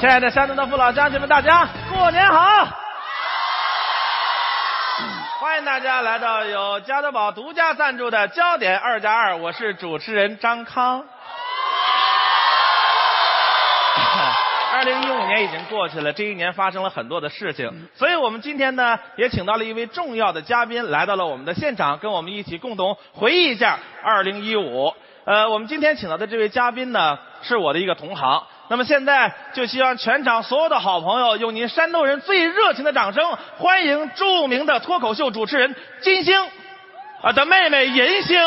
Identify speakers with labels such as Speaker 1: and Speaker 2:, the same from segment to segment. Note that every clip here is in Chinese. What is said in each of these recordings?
Speaker 1: 亲爱的山东的父老乡亲们，大家过年好！欢迎大家来到由加多宝独家赞助的《焦点二加二》，我是主持人张康。 二零一五年已经过去了，这一年发生了很多的事情，所以我们今天呢也请到了一位重要的嘉宾来到了我们的现场，跟我们一起共同回忆一下二零一五。呃，我们今天请到的这位嘉宾呢是我的一个同行。那么现在就希望全场所有的好朋友用您山东人最热情的掌声欢迎著名的脱口秀主持人金星啊的妹妹银星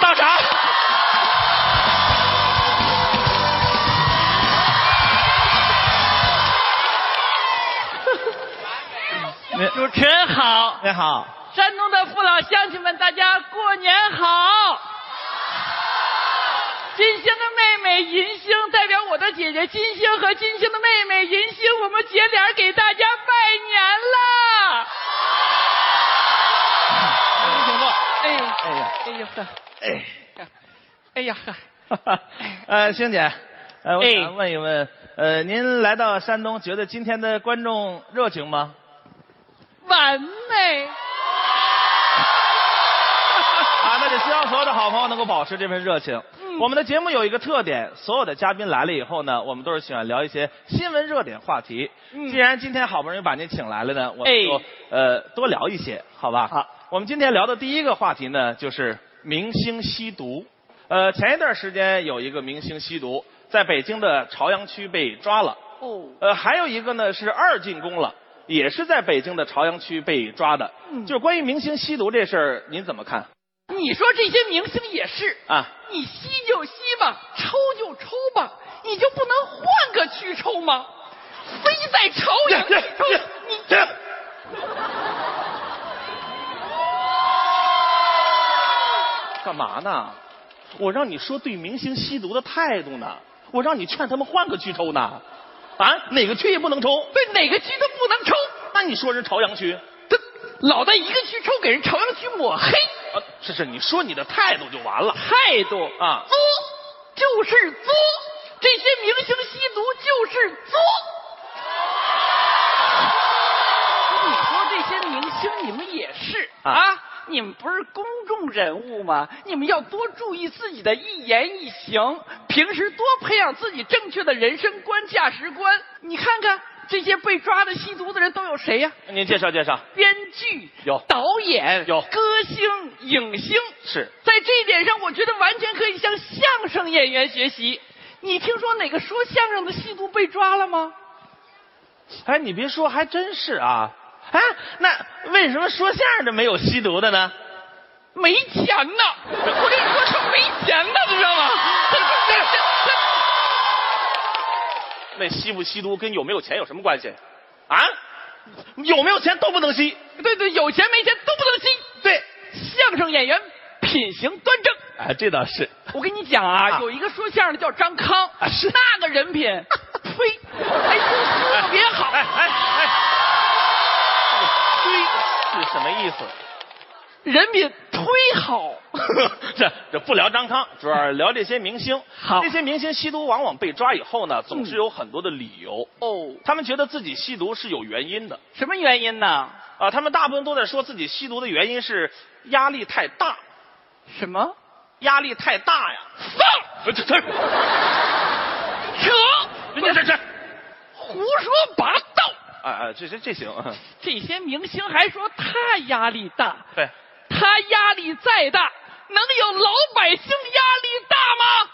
Speaker 1: 到场。
Speaker 2: 主持人好，
Speaker 1: 你好，
Speaker 2: 山东的父老乡亲们，大家过年好！金星的妹妹银星代表我的姐姐金星和金星的妹妹银星，我们姐俩给大家拜年啦！
Speaker 1: 您请坐。
Speaker 2: 哎，
Speaker 1: 哎呀，哎。
Speaker 2: 哎呀呵，哎呀呵，
Speaker 1: 呃，星姐，呃，我
Speaker 2: 哎
Speaker 1: 想问一问，呃，您来到山东，觉得今天的观众热情吗？
Speaker 2: 完美！
Speaker 1: 啊，那就希望所有的好朋友能够保持这份热情。
Speaker 2: 嗯
Speaker 1: 我们的节目有一个特点，所有的嘉宾来了以后呢，我们都是喜欢聊一些新闻热点话题。
Speaker 2: 嗯
Speaker 1: 既然今天好不容易把您请来了呢，我
Speaker 2: 哎
Speaker 1: 们就、呃多聊一些，好吧？
Speaker 2: 好。
Speaker 1: 我们今天聊的第一个话题呢，就是明星吸毒。呃，前一段时间有一个明星吸毒，在北京的朝阳区被抓了。
Speaker 2: 哦，
Speaker 1: 呃，还有一个呢是二进宫了，也是在北京的朝阳区被抓的。
Speaker 2: 嗯
Speaker 1: 就是关于明星吸毒这事儿，您怎么看
Speaker 2: 你说这些明星也是，
Speaker 1: 啊？
Speaker 2: 你吸就吸吧，抽就抽吧，你就不能换个区抽吗？非在朝阳区抽， 你
Speaker 1: 干嘛呢？我让你说对明星吸毒的态度呢，我让你劝他们换个区抽呢，啊，哪个区也不能抽。
Speaker 2: 对哪个区都不能抽，
Speaker 1: 那你说人朝阳区？
Speaker 2: 他老在一个区抽，给人朝阳区抹黑
Speaker 1: 啊，是是，你说你的态度就完了
Speaker 2: 态度
Speaker 1: 啊。
Speaker 2: 作就是作，这些明星吸毒就是作。 你说这些明星，你们也是
Speaker 1: 啊
Speaker 2: 啊？你们不是公众人物吗？你们要多注意自己的一言一行，平时多培养自己正确的人生观、价值观。你看看这些被抓的吸毒的人都有谁呀、
Speaker 1: 您介绍介绍，
Speaker 2: 编剧
Speaker 1: 有
Speaker 2: 导演
Speaker 1: 有
Speaker 2: 歌星影星，
Speaker 1: 是
Speaker 2: 在这一点上，我觉得完全可以向相声演员学习。你听说哪个说相声的吸毒被抓了吗？
Speaker 1: 哎，你别说，还真是啊！哎，那为什么说相声的没有吸毒的呢？
Speaker 2: 没钱呢！我跟你说，他没钱呢，知道吗？他他他他
Speaker 1: 那吸不吸毒跟有没有钱有什么关系？啊？有没有钱都不能吸。
Speaker 2: 他对对，有钱没钱都不能吸。
Speaker 1: 对，
Speaker 2: 相声演员品行端正。
Speaker 1: 哎，这倒是。
Speaker 2: 我跟你讲啊，
Speaker 1: 啊
Speaker 2: 有一个说相声的叫张康，
Speaker 1: 啊是
Speaker 2: 那个人品，呸，哎，特别好。
Speaker 1: 哎哎哎，推是什么意 思？
Speaker 2: 人品忒好，
Speaker 1: 这这不聊张康，主要是聊这些明 星。
Speaker 2: 好
Speaker 1: 这些明星吸毒往往被抓以后呢，总是有很多的理由。
Speaker 2: 哦，
Speaker 1: 他们觉得自己吸毒是有原因的
Speaker 2: 什么原因呢？
Speaker 1: 啊，他们大部分都在说自己吸毒的原因是压力太大，
Speaker 2: 什么？
Speaker 1: 压力太大呀。
Speaker 2: 放
Speaker 1: 这这，
Speaker 2: 扯，
Speaker 1: 人家这这，
Speaker 2: 胡说八道。
Speaker 1: 啊啊，这这这行，啊
Speaker 2: 这些明星还说他压力大，
Speaker 1: 对，
Speaker 2: 他压力再大，能有老百姓压力大吗？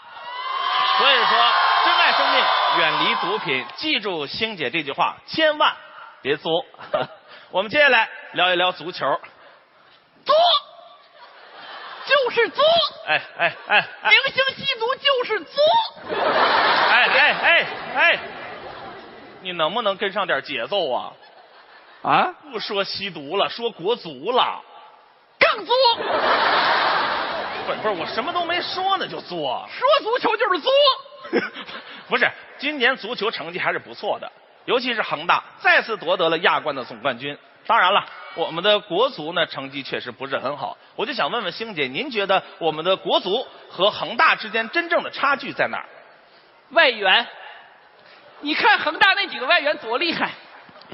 Speaker 1: 所以说珍爱生命，远离毒品，记住星姐这句话，千万别作。 我们接下来聊一聊足球，
Speaker 2: 作，就是作，
Speaker 1: 哎哎哎哎
Speaker 2: 明星吸毒就是作。
Speaker 1: 哎哎哎哎，你能不能跟上点节奏啊？
Speaker 2: 啊，
Speaker 1: 不说吸毒了，说国足了。
Speaker 2: 更作，
Speaker 1: 不是不是，我什么都没说呢就作。
Speaker 2: 说足球就是作。
Speaker 1: 不是，今年足球成绩还是不错的，尤其是恒大再次夺得了亚冠的总冠军。当然了，我们的国足呢成绩确实不是很好，我就想问问星姐，您觉得我们的国足和恒大之间真正的差距在哪儿？
Speaker 2: 外援，你看恒大那几个外援多厉害，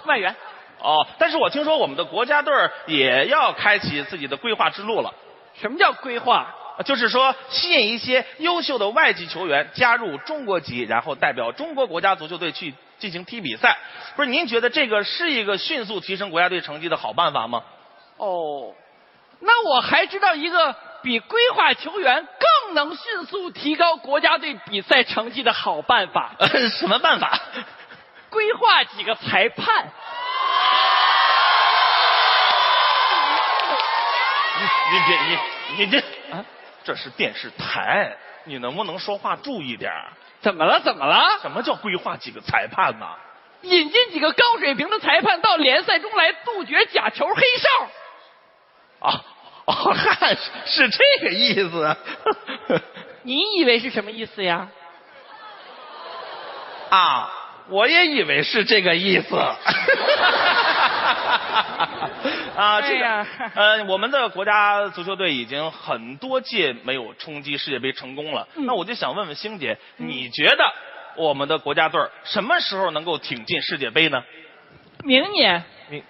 Speaker 2: 外援。
Speaker 1: 哦，但是我听说我们的国家队儿也要开启自己的规划之路了，
Speaker 2: 什么叫规划？
Speaker 1: 就是说吸引一些优秀的外籍球员加入中国籍，然后代表中国国家足球队去进行踢比赛。不是您觉得这个是一个迅速提升国家队成绩的好办法吗？
Speaker 2: 哦，那我还知道一个比规划球员更能迅速提高国家队比赛成绩的好办法：
Speaker 1: 呃，什么办法？
Speaker 2: 规划几个裁判。
Speaker 1: 你别你你这
Speaker 2: 啊，
Speaker 1: 这是电视台，你能不能说话注意点儿？
Speaker 2: 怎么了？怎么了？
Speaker 1: 什么叫规划几个裁判呢、
Speaker 2: 引进几个高水平的裁判到联赛中来杜绝假球黑哨。
Speaker 1: 啊，哦， 嗨，是这个意思
Speaker 2: 你以为是什么意思呀？
Speaker 1: 啊？我也以为是这个意 思。啊，这
Speaker 2: 哎
Speaker 1: 个
Speaker 2: 呀，
Speaker 1: 呃，我们的国家足球队已经很多届没有冲击世界杯成功了。那我就想问问星姐，你觉得我们的国家队儿什么时候能够挺进世界杯呢？
Speaker 2: 明年
Speaker 1: 你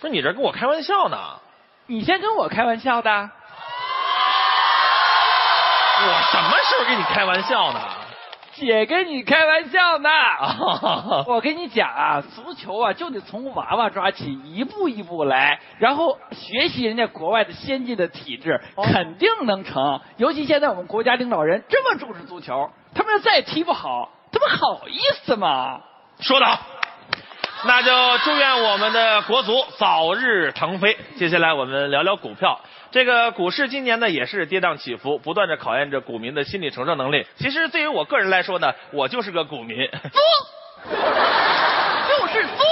Speaker 1: 不是你这跟我开玩笑呢？
Speaker 2: 你先跟我开玩笑的，
Speaker 1: 我什么时候跟你开玩笑呢？
Speaker 2: 姐跟你开玩笑 呢。
Speaker 1: 啊，
Speaker 2: 我跟你讲啊，足球啊就得从娃娃抓起，一步一步来，然后学习人家国外的先进的体制，
Speaker 1: 哦
Speaker 2: 肯定能成。尤其现在我们国家领导人这么重视足球，他们要再踢不好，他们好意思吗？
Speaker 1: 说得好，那就祝愿我们的国足早日腾飞。接下来我们聊聊股票。这个股市今年呢也是跌宕起伏，不断的考验着股民的心理承受能力。其实对于我个人来说呢，我就是个股民。
Speaker 2: 作， 就是作，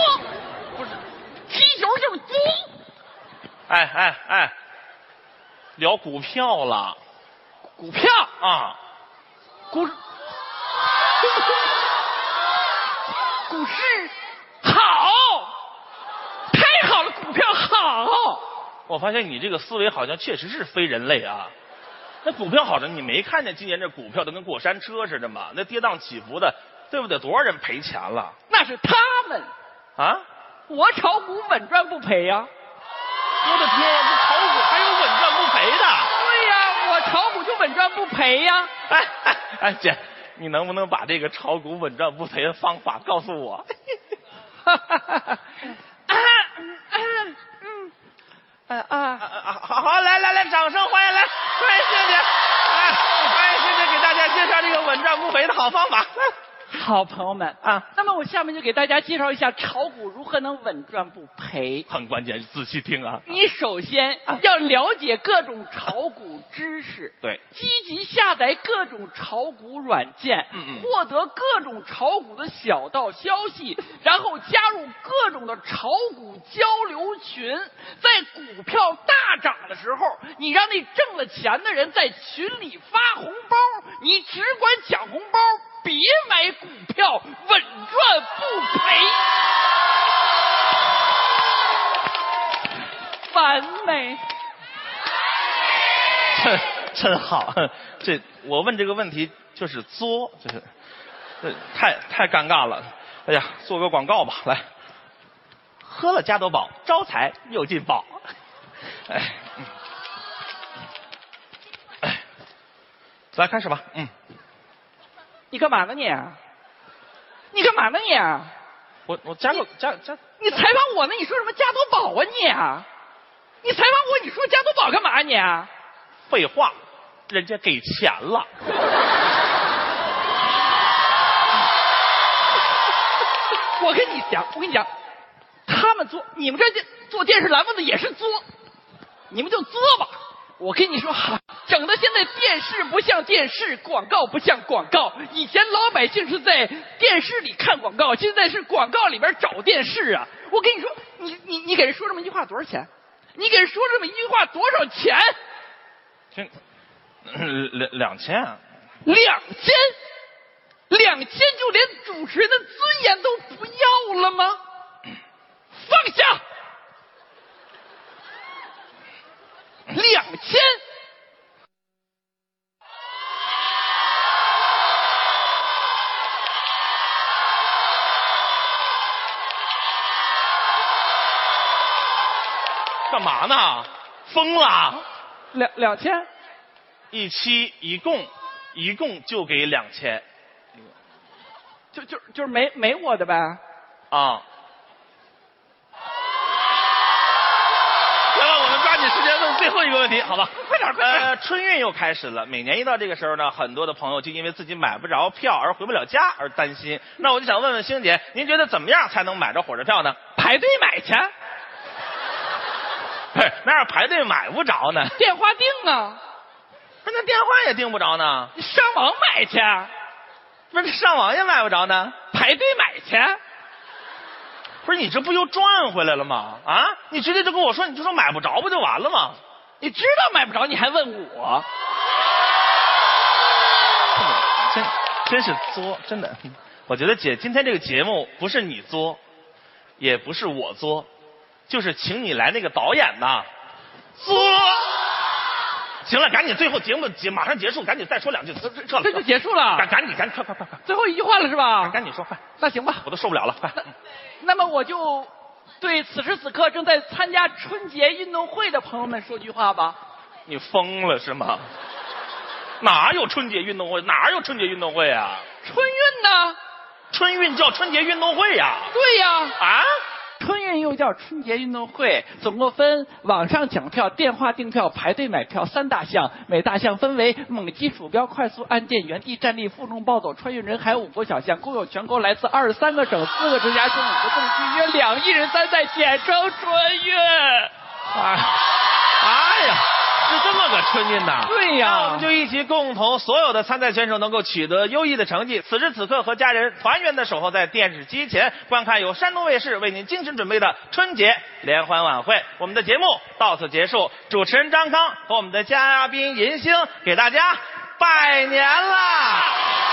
Speaker 2: 不是踢球就是作。
Speaker 1: 哎哎哎，聊股票了
Speaker 2: 股票，
Speaker 1: 啊！
Speaker 2: 股，股市好，太好了，股票好。
Speaker 1: 我发现你这个思维好像确实是非人类啊。那股票好着，你没看见今年这股票都跟过山车似的吗？那跌宕起伏的，对不对？多少人赔钱了
Speaker 2: 那是他们，
Speaker 1: 啊？
Speaker 2: 我炒股稳赚不赔呀、
Speaker 1: 我的天呀，这炒股还有稳赚不赔的！
Speaker 2: 对呀、我炒股就稳赚不赔呀、
Speaker 1: 哎哎哎，姐，你能不能把这个炒股稳赚不赔的方法告诉我？
Speaker 2: 哈哈哈哈啊嗯嗯嗯呃啊
Speaker 1: 啊啊，好好，来来来，掌声欢迎来，欢迎谢谢，哎，欢迎谢谢给大家介绍这个稳赚不赔的好方法。
Speaker 2: 好朋友们
Speaker 1: 啊
Speaker 2: 那么我下面就给大家介绍一下炒股如何能稳赚不赔。
Speaker 1: 很关键，仔细听啊。
Speaker 2: 你首先要了解各种炒股知 识，
Speaker 1: 对，
Speaker 2: 积极下载各种炒股软件，
Speaker 1: 嗯嗯
Speaker 2: 获得各种炒股的小道消息，然后加入各种的炒股交流群，在股票大涨的时候，你让那挣了钱的人在群里发红包，你只管抢红包，别买股票，稳赚不赔。完美。
Speaker 1: 真 真好，这我问这个问题就是作，就是，这太太尴尬了。哎呀，做个广告吧，来，喝了加多宝，招财又进宝。 哎，嗯哎，来开始吧，嗯，
Speaker 2: 你干嘛呢你？你干嘛呢你？
Speaker 1: 我我加个加加，
Speaker 2: 你采访我呢？你说什么加多宝啊你？你采访我，你说加多宝干嘛啊你？
Speaker 1: 废话，人家给钱了。
Speaker 2: 我跟你讲，我跟你讲，他们做你们这这做电视栏目的也是作，你们就作吧。我跟你说，哈整的现在电视不像电视，广告不像广告。以前老百姓是在电视里看广告，现在是广告里边找电视啊。我跟你说，你你你给人说这么一句话多少钱？你给人说这么一句话多少钱？
Speaker 1: 这呃两两千啊，
Speaker 2: 两千，两千就连主持人的尊严都不要了吗？放下，两千，
Speaker 1: 嘛呢？疯了！啊
Speaker 2: 两两千，
Speaker 1: 一期一共一共就给两千
Speaker 2: 就就就是没没我的呗。
Speaker 1: 啊。行了，我们抓紧时间问最后一个问题，好吧？
Speaker 2: 快点快点
Speaker 1: 呃，春运又开始了，每年一到这个时候呢，很多的朋友就因为自己买不着票而回不了家而担心。那我就想问问星姐，您觉得怎么样才能买着火车票呢？
Speaker 2: 排队买去，
Speaker 1: 不是，哪有排队买不着呢？
Speaker 2: 电话订啊，
Speaker 1: 那那电话也订不着呢，
Speaker 2: 你上网买去，
Speaker 1: 不是上网也买不着呢。
Speaker 2: 排队买去。
Speaker 1: 不是你这不又赚回来了吗？啊，你直接就跟我说，你就说买不着不就完了吗？
Speaker 2: 你知道买不着，你还问我？
Speaker 1: 真真是作，真的。我觉得姐今天这个节目不是你作，也不是我作，就是请你来那个导演呐，作。行了，赶紧最后节目结马上结束，赶紧再说两句，撤撤了
Speaker 2: 这就结束了
Speaker 1: 赶，赶紧赶紧快快快快，
Speaker 2: 最后一句话了是吧？
Speaker 1: 赶紧说快，
Speaker 2: 那行吧，
Speaker 1: 我都受不了了， 快。
Speaker 2: 那么我就对此时此刻正在参加春节运动会的朋友们说句话吧。
Speaker 1: 你疯了是吗？哪有春节运动会？哪有春节运动会啊？
Speaker 2: 春运呢？
Speaker 1: 春运叫春节运动会呀、
Speaker 2: 对呀、
Speaker 1: 啊！
Speaker 2: 春运又叫春节运动会，总共分网上抢票、电话订票、排队买票三大项，每大项分为猛击鼠标、快速按键、原地站立、负重暴走、穿越人海五个小项，共有全国来自二十三个省、四个直辖市、五个地区约两亿人参赛，简称春运。
Speaker 1: 啊！哎呀，是这么个春运呐！
Speaker 2: 对呀
Speaker 1: 那我们就一起共同，所有的参赛选手能够取得优异的成绩。此时此刻，和家人团圆的守候在电视机前，观看由山东卫视为您精心准备的春节联欢晚会。我们的节目到此结束，主持人张康和我们的嘉宾银星给大家拜年啦！